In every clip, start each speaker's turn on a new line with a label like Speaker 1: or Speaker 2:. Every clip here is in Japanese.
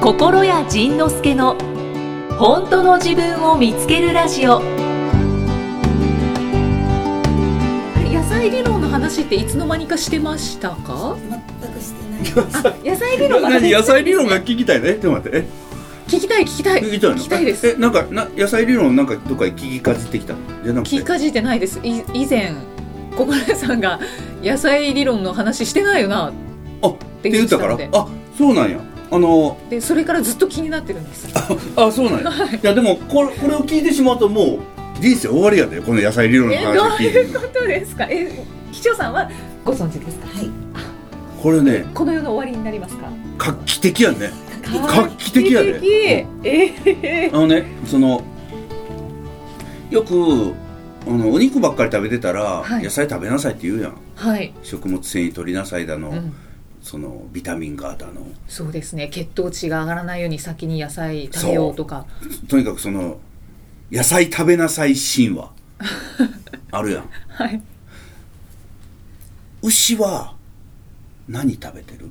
Speaker 1: 心谷仁之助の本当の自分を見つけるラジオ野菜理論の話っていつの間にかしてましたか
Speaker 2: 全くしてない。
Speaker 1: あ野菜理論の 話
Speaker 3: 何野菜理論が聞きたいねえちょっと待って
Speaker 1: 聞きたい聞きた
Speaker 3: え
Speaker 1: い
Speaker 3: 聞きたいの
Speaker 1: 聞きたいです
Speaker 3: えなんかな野菜理論なんかどっかで聞きかじってきたのじゃなく
Speaker 1: 聞
Speaker 3: て
Speaker 1: きかじってないですい以前心谷さんが野菜理論の話してないよな
Speaker 3: あって言ったから
Speaker 1: で
Speaker 3: あそうなんやあの
Speaker 1: でそれからずっと気になってるんです
Speaker 3: あそ うなんや、い、やでもこれこれを聞いてしまうともう人生終わりやでこの野菜理論の
Speaker 1: えどう
Speaker 3: 話を聞いて
Speaker 1: い
Speaker 3: る
Speaker 1: う
Speaker 3: の
Speaker 1: ことですかえ秘書さんはご存知ですか
Speaker 2: はい。
Speaker 3: これね
Speaker 1: この世の終わりになりますか
Speaker 3: 画期的やね画期的やで
Speaker 1: 画期的え
Speaker 3: あのねそのよくあのお肉ばっかり食べてたら、
Speaker 1: はい
Speaker 3: 野菜食べなさいって言うやん
Speaker 1: ーはい、
Speaker 3: 食物繊維取りなさいだの、
Speaker 1: うん、
Speaker 3: そのビタミンがだの
Speaker 1: そうですね血糖値が上がらないように先に野菜食べようとか
Speaker 3: とにかくその野菜食べなさい神 話あるやん
Speaker 1: はい
Speaker 3: 牛は何食べてる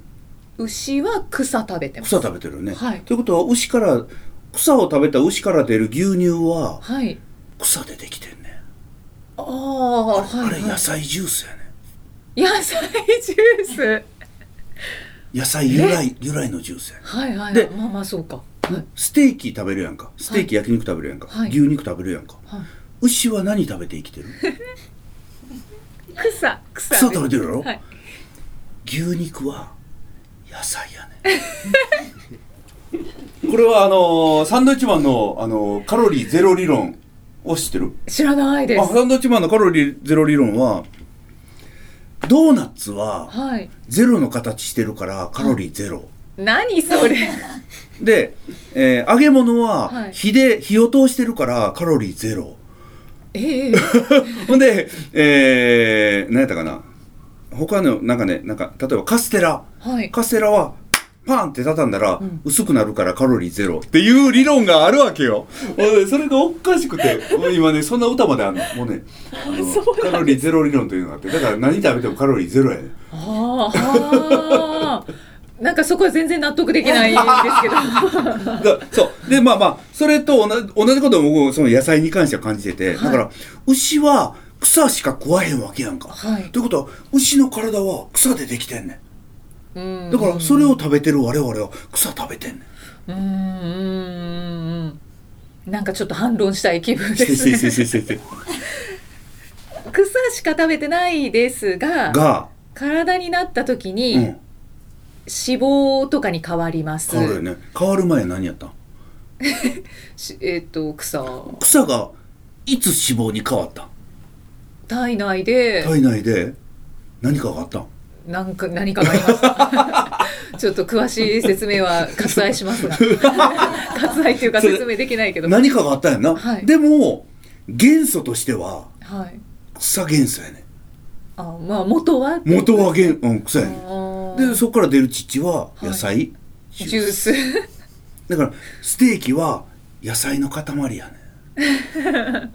Speaker 1: 牛は草食べてます
Speaker 3: 草食べてるよね、
Speaker 1: はい
Speaker 3: ということは牛から草を食べた牛から出る牛乳は
Speaker 1: はい
Speaker 3: 草でできてんね
Speaker 1: ああ
Speaker 3: ん、
Speaker 1: はい、
Speaker 3: あれ
Speaker 1: は
Speaker 3: 野菜ジュースやね
Speaker 1: い、野菜ジュース
Speaker 3: ん野菜由来由来のジュースやねん
Speaker 1: はいはい
Speaker 3: で
Speaker 1: まあまあそうかはい
Speaker 3: ステーキ食べるやんかステーキ焼肉食べるやんか、
Speaker 1: はい
Speaker 3: 牛肉食べるやんか
Speaker 1: はい
Speaker 3: 牛は何食べて生きてる
Speaker 1: 草草
Speaker 3: 草食べてるやろ、
Speaker 1: はい
Speaker 3: 牛肉は野菜やね これはあのーサンドイッチマンの、あのーカロリーゼロ理論を知ってる
Speaker 1: 知らないで
Speaker 3: あ
Speaker 1: す
Speaker 3: サンドイッチマンのカロリーゼロ理論はドーナツは
Speaker 1: はい
Speaker 3: ゼロの形してるからカロリーゼロ、
Speaker 1: 何そ れ
Speaker 3: で、えー揚げ物
Speaker 1: は
Speaker 3: はい火で火を通してるからカロリーゼロ、
Speaker 1: ええ
Speaker 3: ほんで、えー、何やったかな他の、なんかね、なんか、例えばカステラ。
Speaker 1: はい
Speaker 3: カステラは、パンって畳んだら
Speaker 1: ん、
Speaker 3: 薄くなるからカロリーゼロっていう理論があるわけよ。俺ねそれがおかしくて、俺今ね、そんな歌まであるの。もうね、あのカロリーゼロ理論というのがあって、だから何食べてもカロリーゼロやね
Speaker 1: あああーなんかそこは全然納得できないんです けど
Speaker 3: だそう。で、まあまあ、それと同じ同じことを僕、その野菜に関しては感じてて、
Speaker 1: い
Speaker 3: だから、牛は草しか食わへんわけやんか。
Speaker 1: はい
Speaker 3: ということは、牛の体は草でできてんねん。
Speaker 1: うん
Speaker 3: だからそれを食べてる我々は草食べてんね
Speaker 1: うーんなんかちょっと反論したい気分
Speaker 3: ん。
Speaker 1: ですね。
Speaker 3: せせ せ。
Speaker 1: 草しか食べてないですが、
Speaker 3: が、
Speaker 1: 体になった時に
Speaker 3: うん、
Speaker 1: 脂肪とかに変わります。
Speaker 3: 変わるよね。変わる前何やったん
Speaker 1: しえっ、と草
Speaker 3: 草がいつ脂肪に変わったん
Speaker 1: 体内で
Speaker 3: 体内で何かがあったん
Speaker 1: なんか何かがありました。ちょっと詳しい説明は割愛しますが、割愛っていうか
Speaker 3: それ
Speaker 1: 説明できないけど、は
Speaker 3: 何かがあったんやんな。
Speaker 1: はい。
Speaker 3: でも、元素としてはい草元素やね
Speaker 1: あまあ元は
Speaker 3: ん。元は元、うん、草やねん。
Speaker 1: で
Speaker 3: で、そこから出る乳は野菜、
Speaker 1: ジュース。
Speaker 3: だから、ステーキは野菜の塊やねん。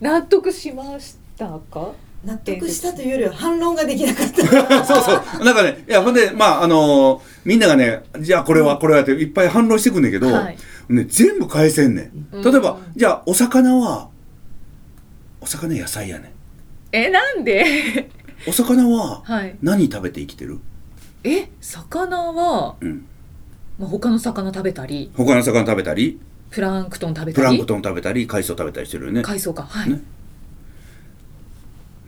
Speaker 1: 納得しましたか？
Speaker 2: 納得したというよりは反論ができなかった。
Speaker 3: そうそう。 なんかね、いや、ほんで、まあ、あのーみんながね、じゃあこれはこれはっていっぱい反論してくんだけど、
Speaker 1: はい
Speaker 3: ね、全部返せんね
Speaker 1: うん
Speaker 3: ん。例えば、じゃあお魚は、お魚野菜やねん。
Speaker 1: えなんで？
Speaker 3: お魚は、
Speaker 1: はい。
Speaker 3: 何食べて生きてる
Speaker 1: え魚は、
Speaker 3: うん。
Speaker 1: まあ、他の魚食べたり
Speaker 3: 他の魚食べたり、
Speaker 1: プランクトン食べ
Speaker 3: プ
Speaker 1: た
Speaker 3: ラン
Speaker 1: り
Speaker 3: クトン食べたり、海藻食べたりしてるよね。
Speaker 1: 海藻かはい、
Speaker 3: ね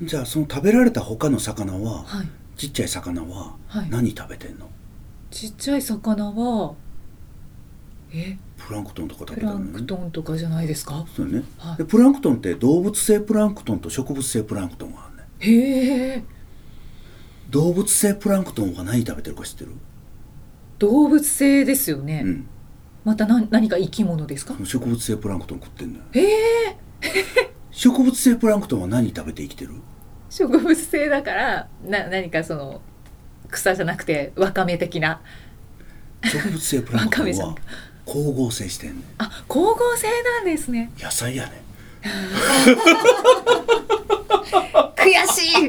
Speaker 3: じゃあその食べられた他の魚は、
Speaker 1: はい、
Speaker 3: ちっちゃい魚は
Speaker 1: はい、
Speaker 3: 何食べてんの
Speaker 1: ちっちゃい魚はえ
Speaker 3: プランクトンとか食べ
Speaker 1: プ
Speaker 3: た
Speaker 1: ラ
Speaker 3: の
Speaker 1: ンク
Speaker 3: ね。
Speaker 1: トンとかじゃないですか
Speaker 3: そうよね。
Speaker 1: はい
Speaker 3: で、プランクトンって動物性プランクトンと植物性プランクトンがあるねん。
Speaker 1: へえ
Speaker 3: 動物性プランクトンは何食べてるか知ってる、
Speaker 1: 動物性ですよね、
Speaker 3: うん、
Speaker 1: また何何か生き物ですか
Speaker 3: 植物性プランクトン食ってんだよ
Speaker 1: へえ
Speaker 3: 植物性プランクトンは何食べて生きてる
Speaker 1: 植物性だからな何かその草じゃなくてわかめ的な
Speaker 3: 植物性プランクトン
Speaker 1: わかめ
Speaker 3: は光合成してんねん
Speaker 1: あ光合成なんですね
Speaker 3: 野菜やね
Speaker 1: 悔しい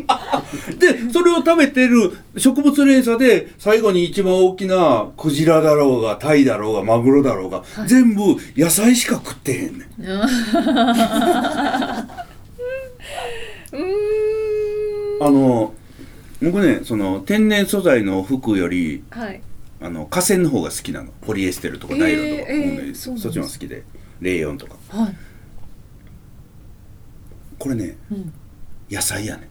Speaker 3: んでそれを食食べてる植物連鎖で最後に一番大きなクジラだろうがタイだろうがマグロだろうが、全部野菜しか食ってへんねん
Speaker 1: うーん
Speaker 3: あの僕ねその天然素材の服より
Speaker 1: はい
Speaker 3: あの河川の方が好きなのポリエステルとかナイロンとか、
Speaker 1: えーえー
Speaker 3: うんね
Speaker 1: そうなんです
Speaker 3: そっちの方が好きでレイヨンとか
Speaker 1: はい、
Speaker 3: これね
Speaker 1: うん、
Speaker 3: 野菜やね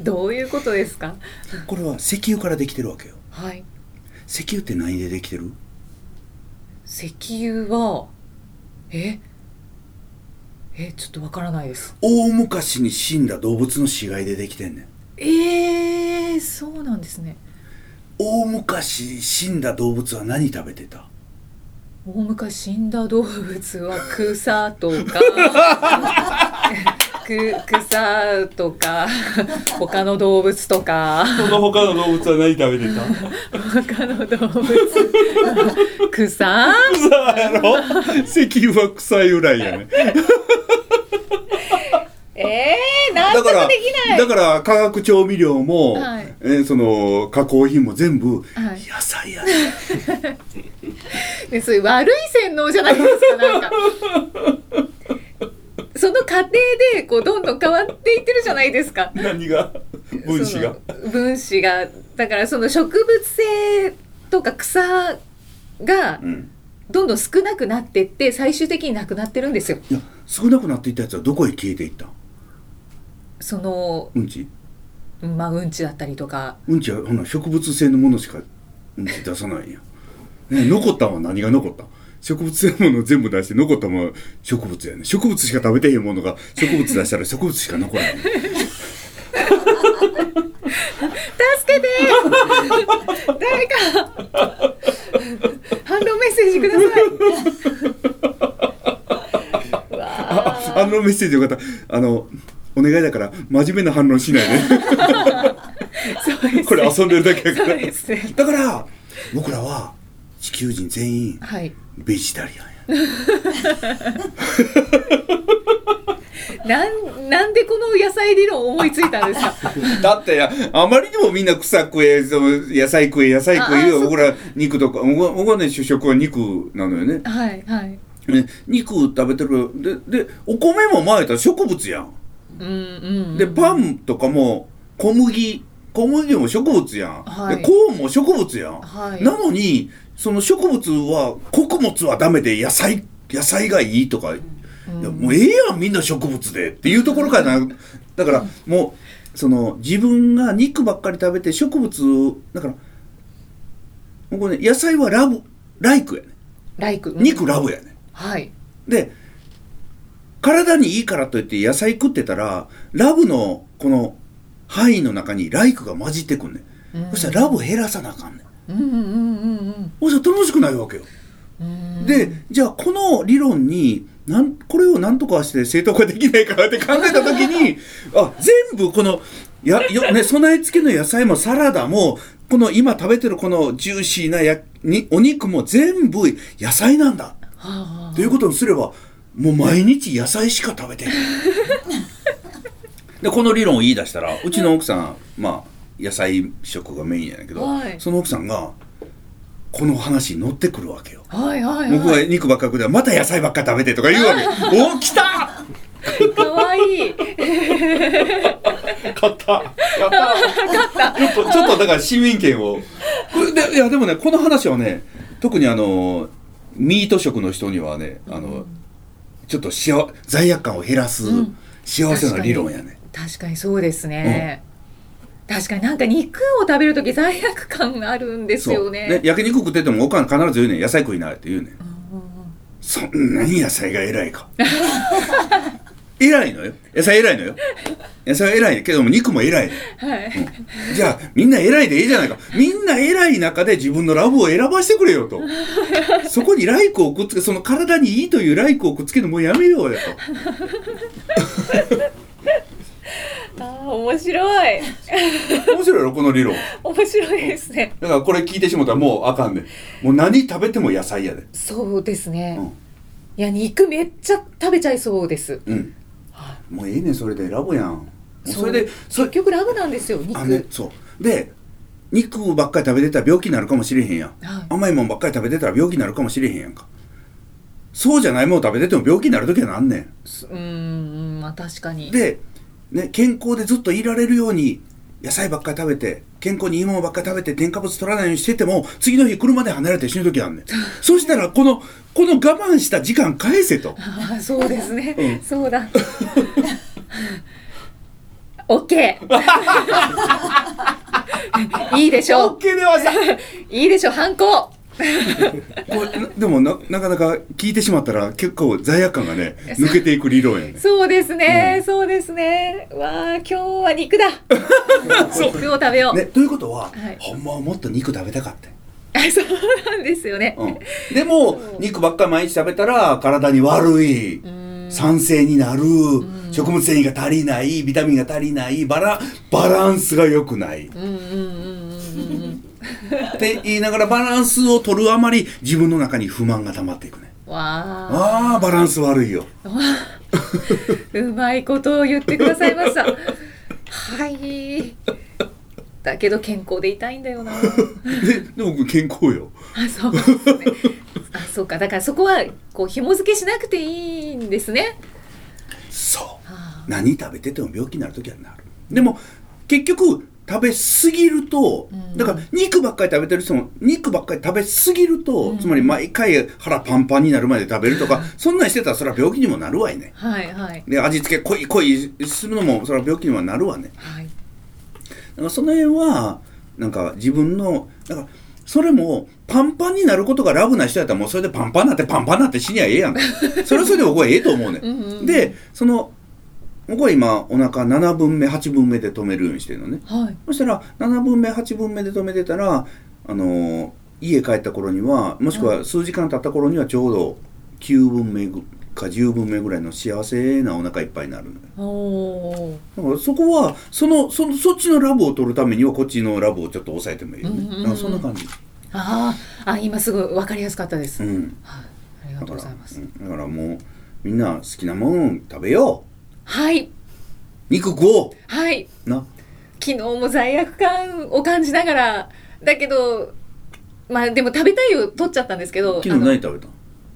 Speaker 1: どういうことですか
Speaker 3: んこれは石油からできてるわけよ
Speaker 1: はい
Speaker 3: 石油って何でできてる
Speaker 1: 石油はええちょっとわからないです
Speaker 3: 大昔に死んだ動物の死骸でできてんねん
Speaker 1: えー、そうなんですね
Speaker 3: 大昔死んだ動物は何食べてた
Speaker 1: 大昔死んだ動物は草と かく草とか他の動物とか
Speaker 3: その他の動物は何食べてた
Speaker 1: 他の動物草
Speaker 3: 草やろ 石油は草由来やね
Speaker 1: えー、納
Speaker 3: だ
Speaker 1: 得
Speaker 3: から
Speaker 1: できない
Speaker 3: だから化学調味料も、
Speaker 1: はい
Speaker 3: えーその加工品も全部
Speaker 1: はい
Speaker 3: 野菜やねん、
Speaker 1: ね、そういう悪い洗脳じゃないですかなんかその過程でこうどんどん変わっていってるじゃないですか
Speaker 3: 何が分子が
Speaker 1: その分子がだからその植物性とか草が
Speaker 3: うん
Speaker 1: どんどん少なくなってって最終的になくなってるんですよ
Speaker 3: いや少なくなっていったやつはどこへ消えていった
Speaker 1: その
Speaker 3: うんち
Speaker 1: まあうんちだったりとか
Speaker 3: うんちはほな植物性のものしかうんち出さないんや、ね、残ったんは何が残ったん植物性のものを全部出して残ったものは植物やね植物しか食べてへんものが植物出したら植物しか残らない
Speaker 1: 助けて 誰か反応メッセージくださいうわー
Speaker 3: あのメッセージよかったあのお願いだから真面目な反論しないで
Speaker 1: そうです ね
Speaker 3: これ遊んでるだけや
Speaker 1: そ
Speaker 3: か
Speaker 1: う
Speaker 3: ら
Speaker 1: ですね
Speaker 3: だから僕らは地球人全員
Speaker 1: はい
Speaker 3: ベジタリアンや
Speaker 1: なんなんでこの野菜理論思いついたんです か
Speaker 3: だってやあまりにもみんな草食えその野菜食え野菜食え
Speaker 1: ああ
Speaker 3: よ僕ら肉とか僕は僕はね主食は肉なのよね
Speaker 1: はいはい
Speaker 3: ね肉食べてるででお米も前やったら植物やん
Speaker 1: うんうんうん
Speaker 3: でパンとかも小麦小麦も植物やん、
Speaker 1: はい
Speaker 3: でコーンも植物やん、
Speaker 1: はい
Speaker 3: なのにその植物は穀物はダメで野菜野菜がいいとか、いやもうええやんみんな植物でっていうところからなだからもうその自分が肉ばっかり食べて植物をだから僕ね野菜はラブライクやね
Speaker 1: ライクうん
Speaker 3: 肉ラブやね
Speaker 1: はい
Speaker 3: で体にいいからといって野菜食ってたらラブのこの範囲の中にライクが混じってくんねん、
Speaker 1: うん
Speaker 3: そしたらラブ減らさなあかんねん
Speaker 1: うんうんうん
Speaker 3: そしたら楽しくないわけよ
Speaker 1: うんうん
Speaker 3: でじゃあこの理論になんこれを何とかして正当化できないかなって考えた時 にあ全部このやよ、ね、備え付けの野菜もサラダもこの今食べてるこのジューシーなやにお肉も全部野菜なんだ
Speaker 1: はあ
Speaker 3: ということにすればもう毎日野菜しか食べてないでこの理論を言い出したらうちの奥さん、まあ野菜食がメインやねんけど、
Speaker 1: はい
Speaker 3: その奥さんがこの話に乗ってくるわけよ。
Speaker 1: はいはい
Speaker 3: 僕は
Speaker 1: は
Speaker 3: 肉ばっか食うてまた野菜ばっか食べてとか言うわけお来た
Speaker 1: いかわいい
Speaker 3: 買った買ったちょっとちょっとだから市民権をこれでいやでもねこの話はね特にあのミート食の人にはねあの、ちょっとしわ罪悪感を減らす
Speaker 1: うん
Speaker 3: 幸せな理論やね、
Speaker 1: 確かにそうですね確かになんか肉を食べるとき罪悪感あるんです
Speaker 3: そ
Speaker 1: よ
Speaker 3: う
Speaker 1: ね
Speaker 3: 焼肉食っててもおかん必ず言うねん野菜食いなって言うねん
Speaker 1: うんうん
Speaker 3: そんなに野菜が偉 いか偉いのよ野菜偉いのよ野菜は偉いけども肉も偉いのよ
Speaker 1: うんはい
Speaker 3: じゃあみんな偉いでいいじゃないかみんな偉い中で自分のラブを選ばせてくれよとそこにライクをくっつけその体にいいというライクをくっつけるのもうやめようよと
Speaker 1: ああ面白い
Speaker 3: 面白いよこの理論
Speaker 1: 面白いですね
Speaker 3: だからこれ聞いてしもたらもうあかんねんもう何食べても野菜やで
Speaker 1: そうですね、
Speaker 3: うん
Speaker 1: いや肉めっちゃ食べちゃいそうです
Speaker 3: うんもうええねんそれでラブやんそれでそ
Speaker 1: 結局ラブなんですよ肉
Speaker 3: あ、ね、そうで肉ばっかり食べてたら病気になるかもしれへんやん、
Speaker 1: はい
Speaker 3: 甘いもんばっかり食べてたら病気になるかもしれへんやんかそうじゃないもの食べてても病気になる時はなんねん
Speaker 1: すうーんまあ確かに
Speaker 3: で、ね、健康でずっといられるように野菜ばっかり食べて健康にいいものばっかり食べて添加物取らないようにしてても次の日車で離れて死ぬ時あ んねんそしたらこのこの我慢した時間返せと
Speaker 1: ああ そうですね、
Speaker 3: うん
Speaker 1: そう だオッケー いいでしょう
Speaker 3: OK 出ました
Speaker 1: いいでしょう反抗
Speaker 3: これなでもななかなか聞いてしまったら結構罪悪感がね抜けていく理論やね
Speaker 1: そうですね、
Speaker 3: う
Speaker 1: そうですねわあ今日は肉 だ肉を食べよう、
Speaker 3: ねということは、
Speaker 1: はい
Speaker 3: ほんまはもっと肉食べたかって、
Speaker 1: あ そうなんですよね、
Speaker 3: うん、でも
Speaker 1: そう
Speaker 3: 肉ばっかり毎日食べたら体に悪い、
Speaker 1: うん
Speaker 3: 酸性になる、
Speaker 1: ん
Speaker 3: 食物繊維が足りないビタミンが足りないバラバランスが良くないっ
Speaker 1: うんうんうんうんうんうん
Speaker 3: て言いながらバランスを取るあまり自分の中に不満が溜まっていくね
Speaker 1: わあ
Speaker 3: ああーバランス悪いよ
Speaker 1: うまいことを言ってくださいましたはいだけど健康でいたいんだよ な
Speaker 3: ででも健康よ
Speaker 1: あそうですねあそうかだからそこはこう紐付けしなくていいんですね
Speaker 3: そう
Speaker 1: あ
Speaker 3: 何食べてても病気になる時はなるでも結局食べ過ぎると、
Speaker 1: うん
Speaker 3: だから肉ばっかり食べてる人も肉ばっかり食べ過ぎると、
Speaker 1: うん
Speaker 3: つまり毎回腹パンパンになるまで食べるとか、そんなんしてたらそれは病気にもなるわいね
Speaker 1: ーはいはい
Speaker 3: で味付け濃い濃いするのもそれは病気にもなるわね
Speaker 1: はい
Speaker 3: だからその辺はなんか自分のだからそれもパンパンになることがラブな人やったらもうそれでパンパンになってパンパンになって死にゃええやんかそれはそれで僕はええと思うねん
Speaker 1: うんうんうん
Speaker 3: でその僕は今お腹7分目8分目で止めるようにしてるのね
Speaker 1: はい
Speaker 3: そしたら7分目8分目で止めてたらあのー家帰った頃にはもしくは数時間経った頃にはちょうど9分目ぐか10分目ぐらいの幸せなお腹いっぱいになるのよ
Speaker 1: おお
Speaker 3: だからそこはそのそのそっちのラブを取るためにはこっちのラブをちょっと抑えてもいいよ
Speaker 1: うんうん
Speaker 3: ね、
Speaker 1: うん
Speaker 3: なんかそんな感じ、
Speaker 1: あーあ今すごい分かりやすかったです、
Speaker 3: うん、
Speaker 1: はいありが
Speaker 3: だ
Speaker 1: と
Speaker 3: か
Speaker 1: う
Speaker 3: ら
Speaker 1: ございます
Speaker 3: うんだからもうみんな好きなもん食べよ
Speaker 1: はいう
Speaker 3: 肉食おう
Speaker 1: はい
Speaker 3: な
Speaker 1: 昨日も罪悪感を感じながらだけどまあでも食べたいを取っちゃったんですけど
Speaker 3: 昨日
Speaker 1: あの
Speaker 3: 何食べた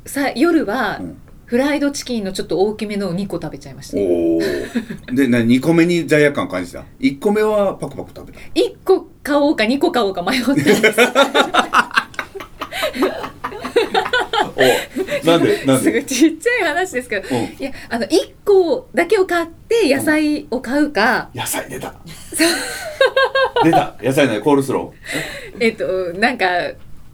Speaker 1: さ夜は
Speaker 3: うん
Speaker 1: フライドチキンのちょっと大きめのを2個食べちゃいました
Speaker 3: おお でな2個目に罪悪感感じた1個目はパクパク食べた
Speaker 1: 1個買おうか2個買おうか迷って
Speaker 3: お なん で
Speaker 1: すぐちっちゃい話ですけど
Speaker 3: うん
Speaker 1: いやあの1個だけを買って野菜を買うか、
Speaker 3: 野菜出た出た野菜ないコールスロ
Speaker 1: えっとなんか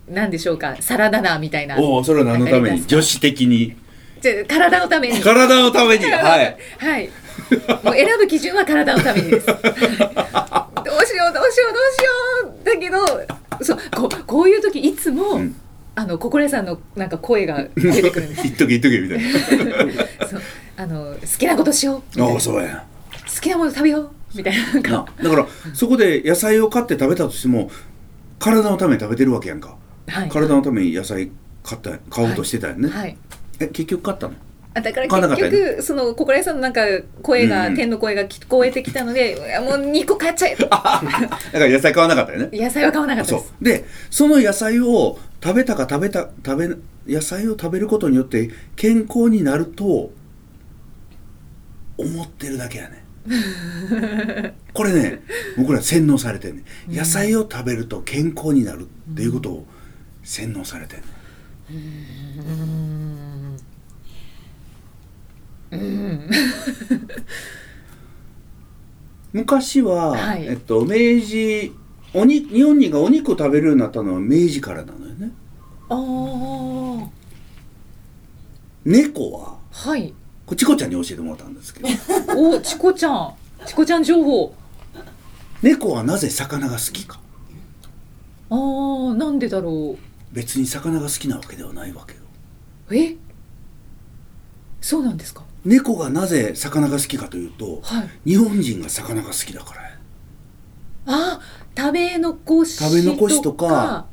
Speaker 1: なんでしょうかサラダナーみたいな
Speaker 3: ーおおそれは何のため
Speaker 1: なんかやりま
Speaker 3: に
Speaker 1: す
Speaker 3: 女子的に
Speaker 1: じゃあ体のために
Speaker 3: 体のために はい
Speaker 1: はい。もう選ぶ基準は体のために です。どうしようどうしようどうしようだけど、そうこうこういう時いつも、
Speaker 3: ん
Speaker 1: あの心屋さんのなんか声が出てく るんで
Speaker 3: 言っとけ言っとけみたいな
Speaker 1: す。そうあの好きなことしよう。 みたい
Speaker 3: お
Speaker 1: な
Speaker 3: おそうや
Speaker 1: 好きなもの食べようみたいななん
Speaker 3: な
Speaker 1: か。
Speaker 3: だからそこで野菜を買って食べたとしても体のために食べてるわけやんか、
Speaker 1: はい。
Speaker 3: 体のために野菜買った買おうとしてたよね、
Speaker 1: はい。
Speaker 3: え結局買ったの
Speaker 1: あだから
Speaker 3: 買わなかった
Speaker 1: 結
Speaker 3: よね
Speaker 1: 局、その心屋さんのなんか声が、
Speaker 3: うん
Speaker 1: 天の声が聞こえてきたので、いやもう2個買っちゃえと
Speaker 3: だから野菜買わなかったよね
Speaker 1: 野菜は買わなかった
Speaker 3: そ
Speaker 1: で
Speaker 3: う
Speaker 1: す。
Speaker 3: でその野菜を食べたか食べた食べ野菜を食べることによって健康になると思ってるだけやねこれね僕ら洗脳されてんね野菜を食べると健康になるっていうことを洗脳されてんね
Speaker 1: うん。うん。
Speaker 3: 昔は、
Speaker 1: はい
Speaker 3: えっと、明治おに日本人がお肉を食べるようになったのは明治からなのよね
Speaker 1: ああ。
Speaker 3: 猫は
Speaker 1: はい。
Speaker 3: これチコちゃんに教えてもらったんで すけど
Speaker 1: お、チコちゃん。チコちゃん情報。
Speaker 3: 猫はなぜ魚が好きか
Speaker 1: ああ、なんでだろ
Speaker 3: 別に魚が好きなわけではないわけよ
Speaker 1: う。え。そうなんですか。
Speaker 3: 猫がなぜ魚が好きかというと
Speaker 1: はい。
Speaker 3: 日本人が魚が好きだからや
Speaker 1: あー、食べ残し。
Speaker 3: 食べ残しとか。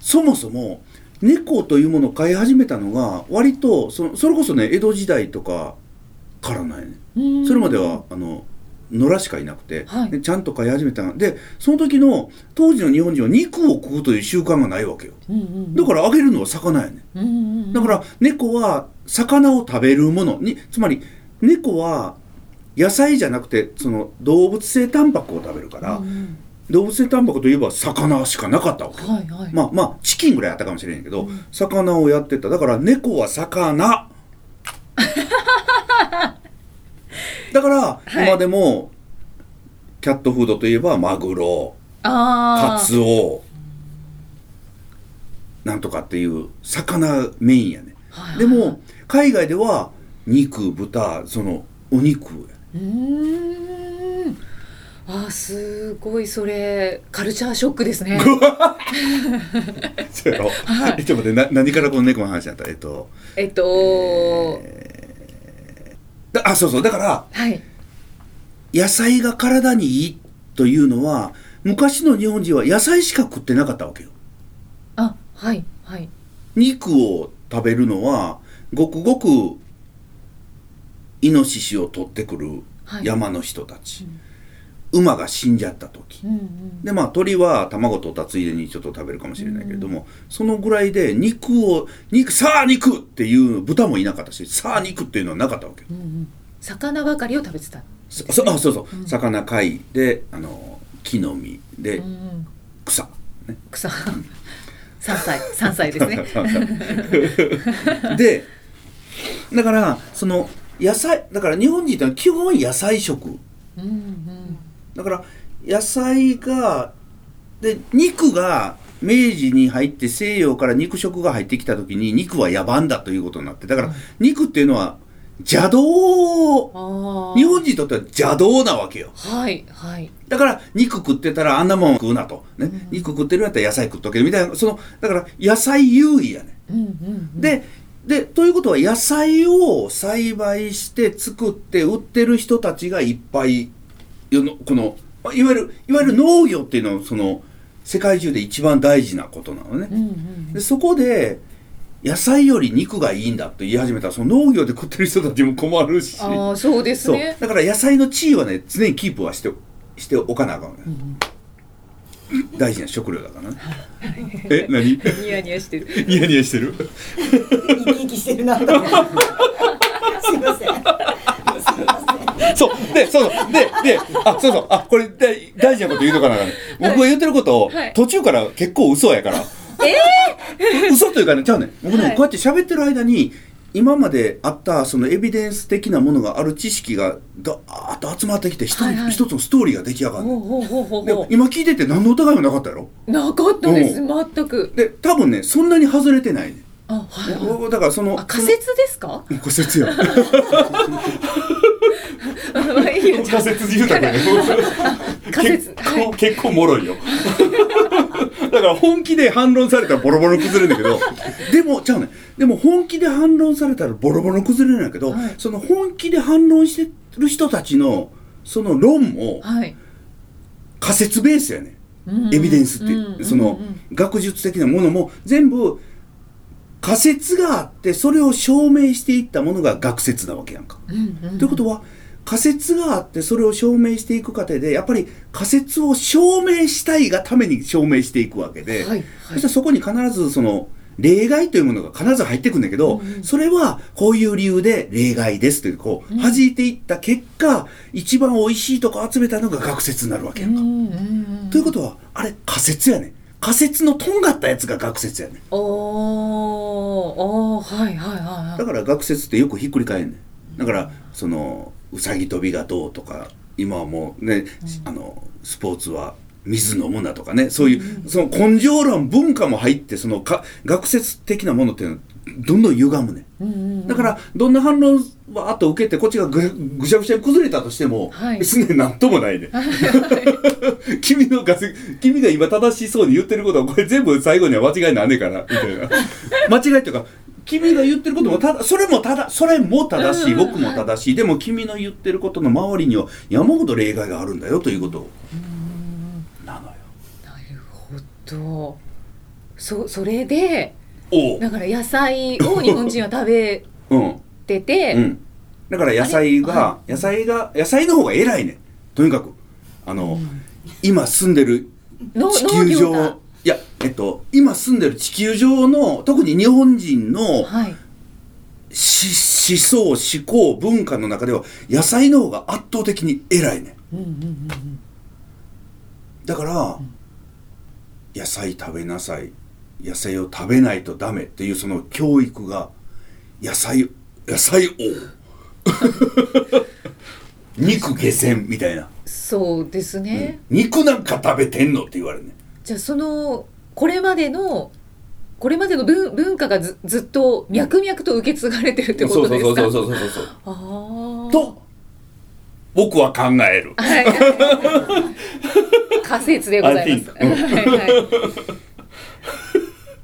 Speaker 3: そもそも猫というものを飼い始めたのが割とそそれこそね江戸時代とかからないね
Speaker 1: うん
Speaker 3: それまで。はあの野良しかいなくて、
Speaker 1: はい
Speaker 3: でちゃんと飼い始めたんでその時の当時の日本人は肉を食うという習慣がないわけよ
Speaker 1: うんうん
Speaker 3: だからあげるのは魚やねん
Speaker 1: うんうん
Speaker 3: だから猫は魚を食べるものにつまり猫は野菜じゃなくてその動物性タンパクを食べるから、
Speaker 1: うん
Speaker 3: 動物性タンパクといえば魚しかなかったわけ、
Speaker 1: はいはい、
Speaker 3: まあまあチキンぐらいあったかもしれんけど、魚をやってただから猫は 魚だから
Speaker 1: はい
Speaker 3: 今でもキャットフードといえばマグロカ
Speaker 1: あ
Speaker 3: ツオなんとかっていう魚メインやね
Speaker 1: あ
Speaker 3: でも海外では肉豚そのお肉 やね
Speaker 1: うーんあーすごいそれカルチャーショックですね
Speaker 3: そうやろ、え ちょっと待ってな何からこの猫の話になったえっと
Speaker 1: えっと、
Speaker 3: だあそうそうだから
Speaker 1: はい
Speaker 3: 野菜が体にいいというのは昔の日本人は野菜しか食ってなかったわけよ
Speaker 1: あはいはい
Speaker 3: 肉を食べるのはごくごくイノシシを取ってくる
Speaker 1: はい
Speaker 3: 山の人たち、
Speaker 1: うん
Speaker 3: 馬が死んじゃった時
Speaker 1: うんうん
Speaker 3: でまあ鳥は卵取ったついでにちょっと食べるかもしれないけれども、そのぐらいで肉を肉さあ肉っていう豚もいなかったしさあ肉っていうのはなかったわけよ
Speaker 1: うんうん魚ばかりを食べてた
Speaker 3: そそあそうそう、
Speaker 1: うん
Speaker 3: 魚貝であの木の実で
Speaker 1: うんうん
Speaker 3: 草、ね、
Speaker 1: 草 山菜山菜です ね
Speaker 3: でだからその野菜だから日本人ってのは基本野菜食
Speaker 1: うんうん
Speaker 3: だから野菜がで肉が明治に入って西洋から肉食が入ってきた時に肉は野蛮だということになってだから肉っていうのは邪道
Speaker 1: ああ
Speaker 3: 日本人にとっては邪道なわけよ
Speaker 1: はい はい
Speaker 3: だから肉食ってたらあんなもん食うなと、ね肉食ってるんやったら野菜食っとけみたいなそのだから野菜優位やね
Speaker 1: うんうんうん
Speaker 3: で、で、ということは野菜を栽培して作って売ってる人たちがいっぱい、世のこの、まあいわゆる、いわゆる農業っていうのは、その、世界中で一番大事なことなの
Speaker 1: う
Speaker 3: ね。
Speaker 1: んうん
Speaker 3: で、そこで、野菜より肉がいいんだと言い始めたら、その農業で食ってる人たちも困るし。
Speaker 1: ああそうです
Speaker 3: そう。
Speaker 1: ね
Speaker 3: だから野菜の地位はね、常にキープはして、しておかなあかんね。大事な食料だからね。 え、何
Speaker 1: ニヤニヤしてる
Speaker 3: ニヤニヤしてる
Speaker 2: 生き生きしてる なと。すいません。すいませ ん。
Speaker 3: そう。で、そうそう。で、で、あ、そうそう。あ、これ大大事なこと言うとかなあかんね。僕が言ってることを、
Speaker 1: はい
Speaker 3: 途中から結構嘘やから。え 嘘というかね、ちゃうねん。僕ね、
Speaker 1: はい
Speaker 3: こうやって喋ってる間に、今まであったそのエビデンス的なものがある知識がだーっと集まってきて一つ、
Speaker 1: はいはい
Speaker 3: 一つのストーリーが出来上がる、ね
Speaker 1: ほ
Speaker 3: ん
Speaker 1: うほうほうほう
Speaker 3: で
Speaker 1: ほ
Speaker 3: 今聞いてて何の疑いもなかったやろ
Speaker 1: うなかったです全く
Speaker 3: で多分ねそんなに外れてないねん
Speaker 1: あはいはい
Speaker 3: 僕だからその
Speaker 1: あ仮説です か
Speaker 3: その仮説や
Speaker 1: いいよじゃあ
Speaker 3: 説住宅やね
Speaker 1: 仮説
Speaker 3: 結
Speaker 1: はい
Speaker 3: 構、結構もろいよ。 だから本気で反論されたらボロボロ崩れるんだ けど、でも、ちゃうね。でも本気で反論されたらボロボロ崩れるんだけど、
Speaker 1: はい
Speaker 3: その本気で反論してる人たちの、その論も
Speaker 1: はい
Speaker 3: 仮説ベースやね。
Speaker 1: うんうん
Speaker 3: エビデンスって、
Speaker 1: うんうん
Speaker 3: その学術的なものも全部仮説があって、それを証明していったものが学説なわけやんか。
Speaker 1: うんうん
Speaker 3: ということは仮説があってそれを証明していく過程でやっぱり仮説を証明したいがために証明していくわけ
Speaker 1: は
Speaker 3: で、
Speaker 1: い
Speaker 3: そ
Speaker 1: はい
Speaker 3: したらそこに必ずその例外というものが必ず入ってくるんだけど、
Speaker 1: うん
Speaker 3: それはこういう理由で例外ですというこう弾いていった結果、一番おいしいとこ集めたのが学説になるわけやんか。ということはあれ仮説やね仮説のとんがったやつが学説やね
Speaker 1: とおーおーはいはいはいはい
Speaker 3: だから学説ってよくひっくり返んねんだからそのうさぎ跳びがどうとか今はもうね、あのスポーツは水飲むなとかねそういう、その根性論文化も入ってそのか学説的なものっていうのはどんどん歪むね
Speaker 1: うんうんうん
Speaker 3: んだからどんな反論はあと受けてこっちがぐぐちゃぐちゃに崩れたとしても、
Speaker 1: はい
Speaker 3: 別に何ともないね 君の学説君が今正しそうに言ってることはこれ全部最後には間違いなんねえからみたい な間違いというか君が言ってることもただそれもただそれも正しい
Speaker 1: うんうん
Speaker 3: 僕も正しいでも君の言ってることの周りには山ほど例外があるんだよということなのよ
Speaker 1: なるほどそそれで
Speaker 3: おう
Speaker 1: だから野菜を日本人は食べ
Speaker 3: うん
Speaker 1: てて、
Speaker 3: うんだから野菜が野菜が野菜の方が偉いねとにかくあの、今住んでる
Speaker 1: の
Speaker 3: 地球
Speaker 1: 農業だ
Speaker 3: 上いやえっと今住んでる地球上の特に日本人の
Speaker 1: はい
Speaker 3: し思想思考文化の中では野菜の方が圧倒的に偉いね
Speaker 2: うんうんうん
Speaker 3: だから、野菜食べなさい野菜を食べないとダメっていうその教育が野菜野 菜王肉下船みたいな、
Speaker 1: そうですね、
Speaker 3: 肉なんか食べてんのって言われるね
Speaker 1: じゃあそのこれまでのこれまでの文文化がずずっと脈々と受け継がれてるってこ
Speaker 3: そ
Speaker 1: と
Speaker 3: うそ
Speaker 1: で
Speaker 3: う
Speaker 1: す
Speaker 3: そ
Speaker 1: か
Speaker 3: うそうそうそうそう
Speaker 1: あー
Speaker 3: と僕は考える
Speaker 1: はい。仮説でございます。
Speaker 3: I
Speaker 1: はいはい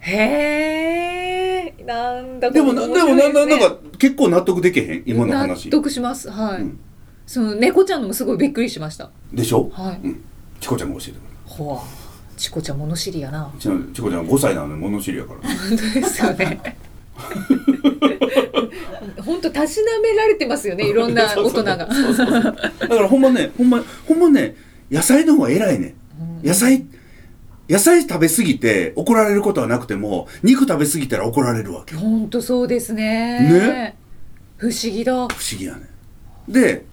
Speaker 1: へえ、なんだ
Speaker 3: でもなでもなななん
Speaker 1: か
Speaker 3: か結構納得できへん今の
Speaker 1: 納
Speaker 3: 話
Speaker 1: 得します。はい。
Speaker 3: うん
Speaker 1: その猫ちゃんのもすごいびっくりしました。
Speaker 3: でしょ、
Speaker 1: はい
Speaker 3: うん、チコちゃんが教えてくれ
Speaker 1: ほわ、チコちゃん物知りやな。
Speaker 3: たちなみにチコちゃん5歳なのに物知りやから
Speaker 1: 本当ですよ ね。本当たしなめられてますよね。いろん な大人が。
Speaker 3: だからほんまねほんまほんまね野菜の方が偉いね
Speaker 1: うん
Speaker 3: 野菜野菜食べ過ぎて怒られることはなくても肉食べ過ぎたら怒られるわけ
Speaker 1: 本当そうですね。
Speaker 3: ね
Speaker 1: 不思議だ。
Speaker 3: 不思議やねで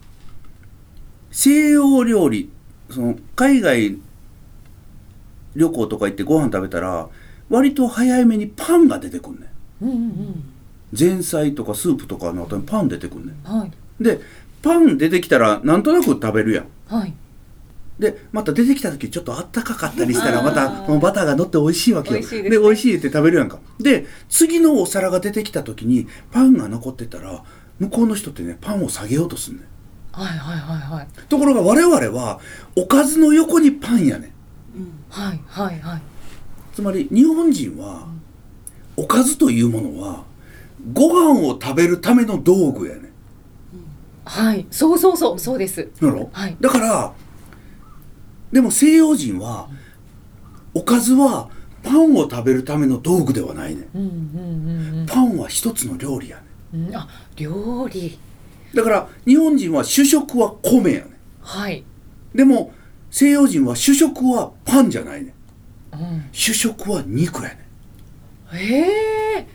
Speaker 3: 西洋料理その海外旅行とか行ってご飯食べたら割と早めにパンが出てくんね
Speaker 1: うんうん
Speaker 3: 前菜とかスープとかの後にパン出てくんね
Speaker 1: うん。はい
Speaker 3: でパン出てきたらなんとなく食べるやん
Speaker 1: はい。
Speaker 3: でまた出てきた時ちょっとあったかかったりしたら
Speaker 1: あー
Speaker 3: またこのバターが乗って美味しいわけよ
Speaker 1: 美味しいですね
Speaker 3: 美味しいって食べるやんかで次のお皿が出てきた時にパンが残ってたら向こうの人ってねパンを下げようとすんねん
Speaker 1: はいはいはいはい。
Speaker 3: ところが我々はおかずの横にパンやねん
Speaker 2: うん
Speaker 1: はいはいはい。
Speaker 3: つまり日本人はおかずというものはご飯を食べるための道具やねん
Speaker 1: はい。そうそうそう、そうです。
Speaker 3: やろ、
Speaker 1: はい
Speaker 3: だからでも西洋人はおかずはパンを食べるための道具ではないね
Speaker 1: うんうん
Speaker 3: パンは一つの料理やね
Speaker 1: うんうん。あ、料理。
Speaker 3: だから日本人は主食は米やね
Speaker 1: はい。
Speaker 3: でも西洋人は主食はパンじゃないね
Speaker 1: うん、
Speaker 3: 主食は肉やね
Speaker 1: へえ。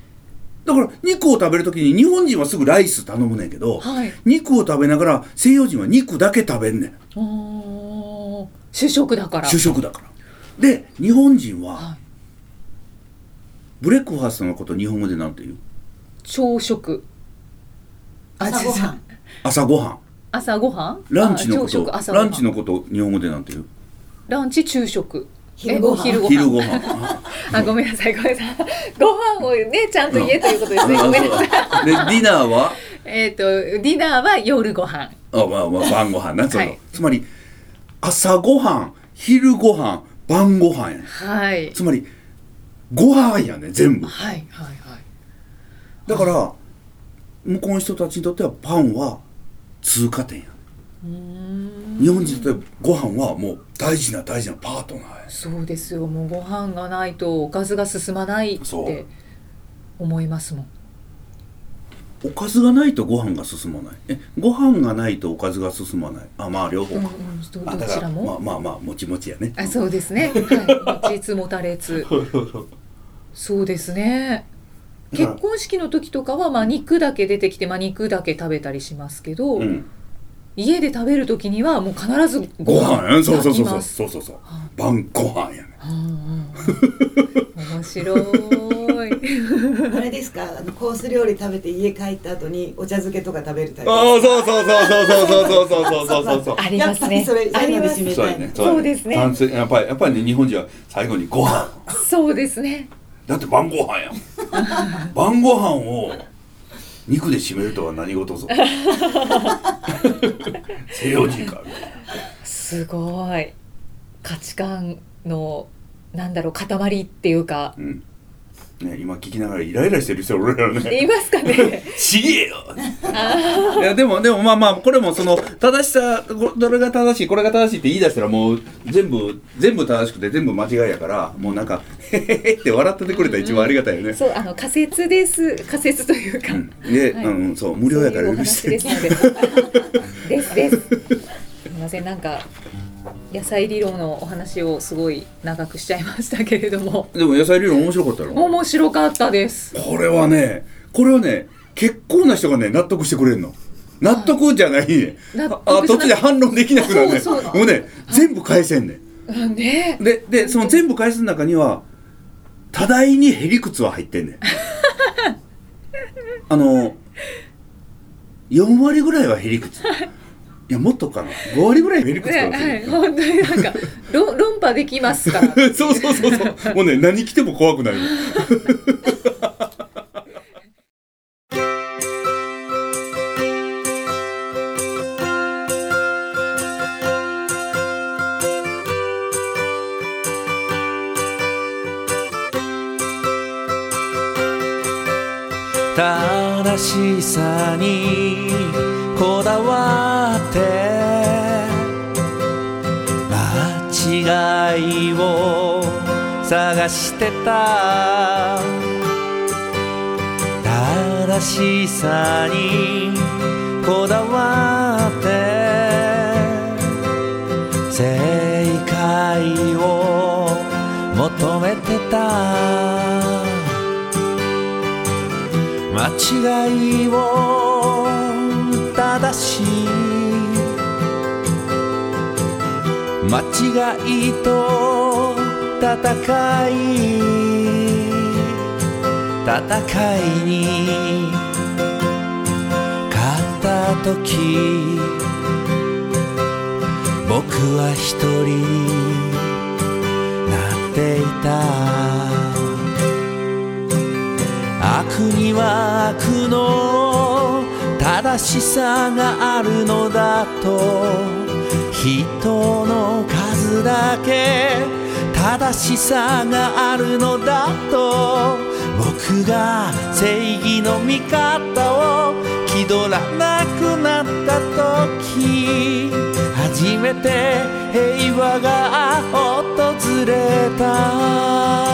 Speaker 3: だから肉を食べるときに日本人はすぐライス頼むねんけど、
Speaker 1: はい。
Speaker 3: 肉を食べながら西洋人は肉だけ食べんねん
Speaker 1: おー主食だから。
Speaker 3: 主食だからで日本人は
Speaker 1: はい。
Speaker 3: ブレックファーストのこと日本語でなんて言う
Speaker 1: 朝食。あ
Speaker 2: 朝ごはん。
Speaker 3: 朝ごはん
Speaker 1: 朝ごはん。
Speaker 3: ランチのこ
Speaker 1: あ朝食朝
Speaker 3: と、
Speaker 1: ごは
Speaker 3: ラ
Speaker 1: ん
Speaker 3: ンチのこと、日本語でなんて言う。
Speaker 1: ランチ昼食。
Speaker 2: 昼ごはん
Speaker 1: えお昼ご
Speaker 3: 昼
Speaker 1: 飯。
Speaker 3: ご飯。
Speaker 1: あ、ごめんなさい、ごめんなさい。 ご飯をね、ちゃんと言えということです ね。ごめんなさい。
Speaker 3: あで、ディナーは、
Speaker 1: えっと、ディナーは夜ご飯。
Speaker 3: あ、まあ、まあ、晩ご飯な、そ
Speaker 1: は
Speaker 3: の
Speaker 1: い、
Speaker 3: つまり。朝ごはん、昼ごはん、晩ごはんやね。
Speaker 1: はい。
Speaker 3: つまり。ご飯やね、全部。
Speaker 1: はいはいはい。
Speaker 3: だから。向こうの人たちにとっては、パンは。通過点や。
Speaker 1: うーん
Speaker 3: 日本人にとって、ご飯はもう大事な大事なパートナーや。
Speaker 1: そうですよもうご飯がないとおかずが進まないっ
Speaker 3: そ
Speaker 1: て
Speaker 3: う
Speaker 1: 思いますもん
Speaker 3: おかずがないとご飯が進まない。え、ご飯がないとおかずが進まない。あ、まあ、両方
Speaker 1: うん
Speaker 3: か。
Speaker 1: うんど
Speaker 3: あ
Speaker 1: ど
Speaker 3: だ
Speaker 1: ち
Speaker 3: か
Speaker 1: ら
Speaker 3: らまあ
Speaker 1: も
Speaker 3: まあまあもちもちやね
Speaker 1: あそうです ね、はい、持ちつ持たれ つそうですね
Speaker 3: だから
Speaker 1: 結婚式の時とかは、まあ、肉だけ出てきて、まあ、肉だけ食べたりしますけど、
Speaker 3: うん、
Speaker 1: 家で食べる時にはもう必ず
Speaker 3: ご飯やねそうそうそ
Speaker 1: 炊き
Speaker 3: うそう
Speaker 1: ます
Speaker 3: そうそうそう
Speaker 1: は
Speaker 3: 晩ご飯やね
Speaker 1: あうんうんうん面白 い
Speaker 2: あれですか、あのコース料理食べて家帰った後にお茶漬けとか食べるタイプ。
Speaker 3: ああそうそうそうそうそうそうそうそうそうそうそう
Speaker 1: ありますね
Speaker 2: やっぱりそれ、最後で締め
Speaker 3: そう
Speaker 2: た
Speaker 3: や
Speaker 2: い
Speaker 3: ね。
Speaker 1: そうですね
Speaker 3: 炭水やっぱりやっぱりね日本人は最後にご飯
Speaker 1: そうですね
Speaker 3: だって晩ご飯や ん晩ご飯を肉で締めるとは何 事ぞ西洋人かみたいな
Speaker 1: すごい価値観のなんだろう塊っていうか
Speaker 3: うんね今聞きながらイライラしてる人俺らね
Speaker 1: 言いますか ね
Speaker 3: ちげえよいやでもでもまあまあこれもその正しさこどれが正しいこれが正しいって言い出したらもう全部全部正しくて全部間違いやからもうなんか「へへへ」って笑っててくれたら一番ありがたいよね。
Speaker 1: そうあの仮説です仮説というか、
Speaker 3: うん、で、
Speaker 1: はい
Speaker 3: うんそう無料やから許して
Speaker 1: そういうお話ですのでですですみませんなんか野菜理論のお話をすごい長くしちゃいましたけれども
Speaker 3: でも野菜理論面白かったろ
Speaker 1: 面白かったです
Speaker 3: これはねこれはね結構な人がね納得してくれるの納得じゃないね、
Speaker 1: 納
Speaker 3: あ
Speaker 1: 得しな
Speaker 3: あ途中で反論できなくなるね
Speaker 1: そうそう
Speaker 3: もうね全部返せんねん
Speaker 1: うんね
Speaker 3: ででその全部返す中には多大にへりくつは入ってんねんあの4割ぐらいはへりくついやもっとかな5割ぐらいへりくつか
Speaker 1: ね
Speaker 3: も
Speaker 1: は
Speaker 3: し
Speaker 1: い
Speaker 3: れない
Speaker 1: 本当になんか論論破できますから
Speaker 3: そうそうそうそうもうね何着ても怖くなる
Speaker 4: 正しさにこだわって間違いを探してた正しさにこだわって正解を求めてた間違いを正し間違いと戦い戦いに勝った時僕は一人なっていた悪には悪の正しさがあるのだと人の数だけ正しさがあるのだと僕が正義の味方を気取らなくなった時初めて平和が訪れた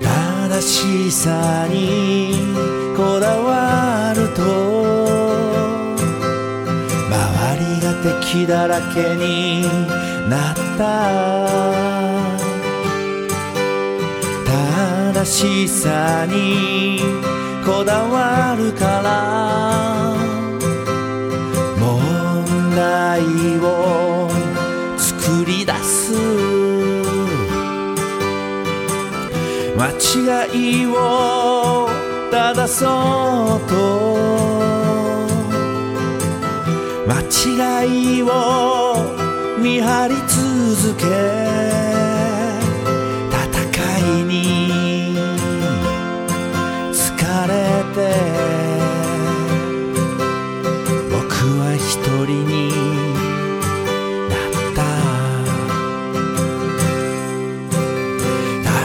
Speaker 4: 正しさにこだわると周りが敵だらけになった正しさにこだわるから問題を作り出す間違いを正そうと間違いを見張り続け戦いに疲れて僕は一人にな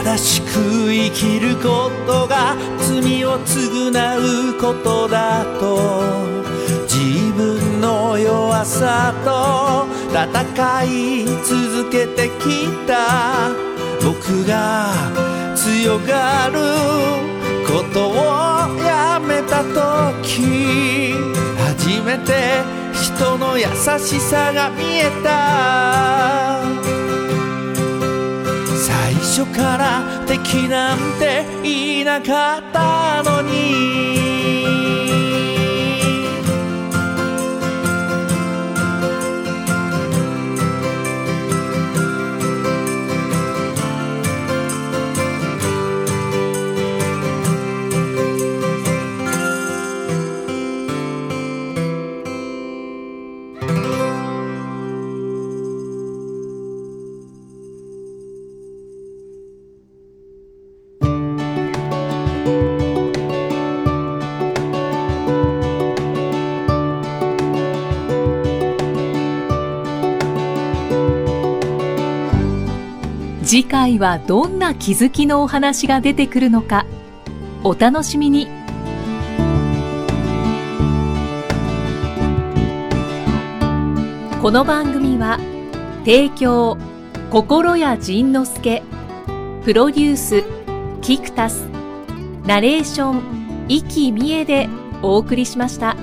Speaker 4: った正しく生きることが罪を償うことだと自分の弱さと戦い続けてきた僕が強がることをやめた時初めて人の優しさが見えた最初から敵なんていなかったのに
Speaker 5: 次回はどんな気づきのお話が出てくるのかお楽しみにこの番組は提供心谷仁之助プロデュースキクタスナレーション生きみえでお送りしました。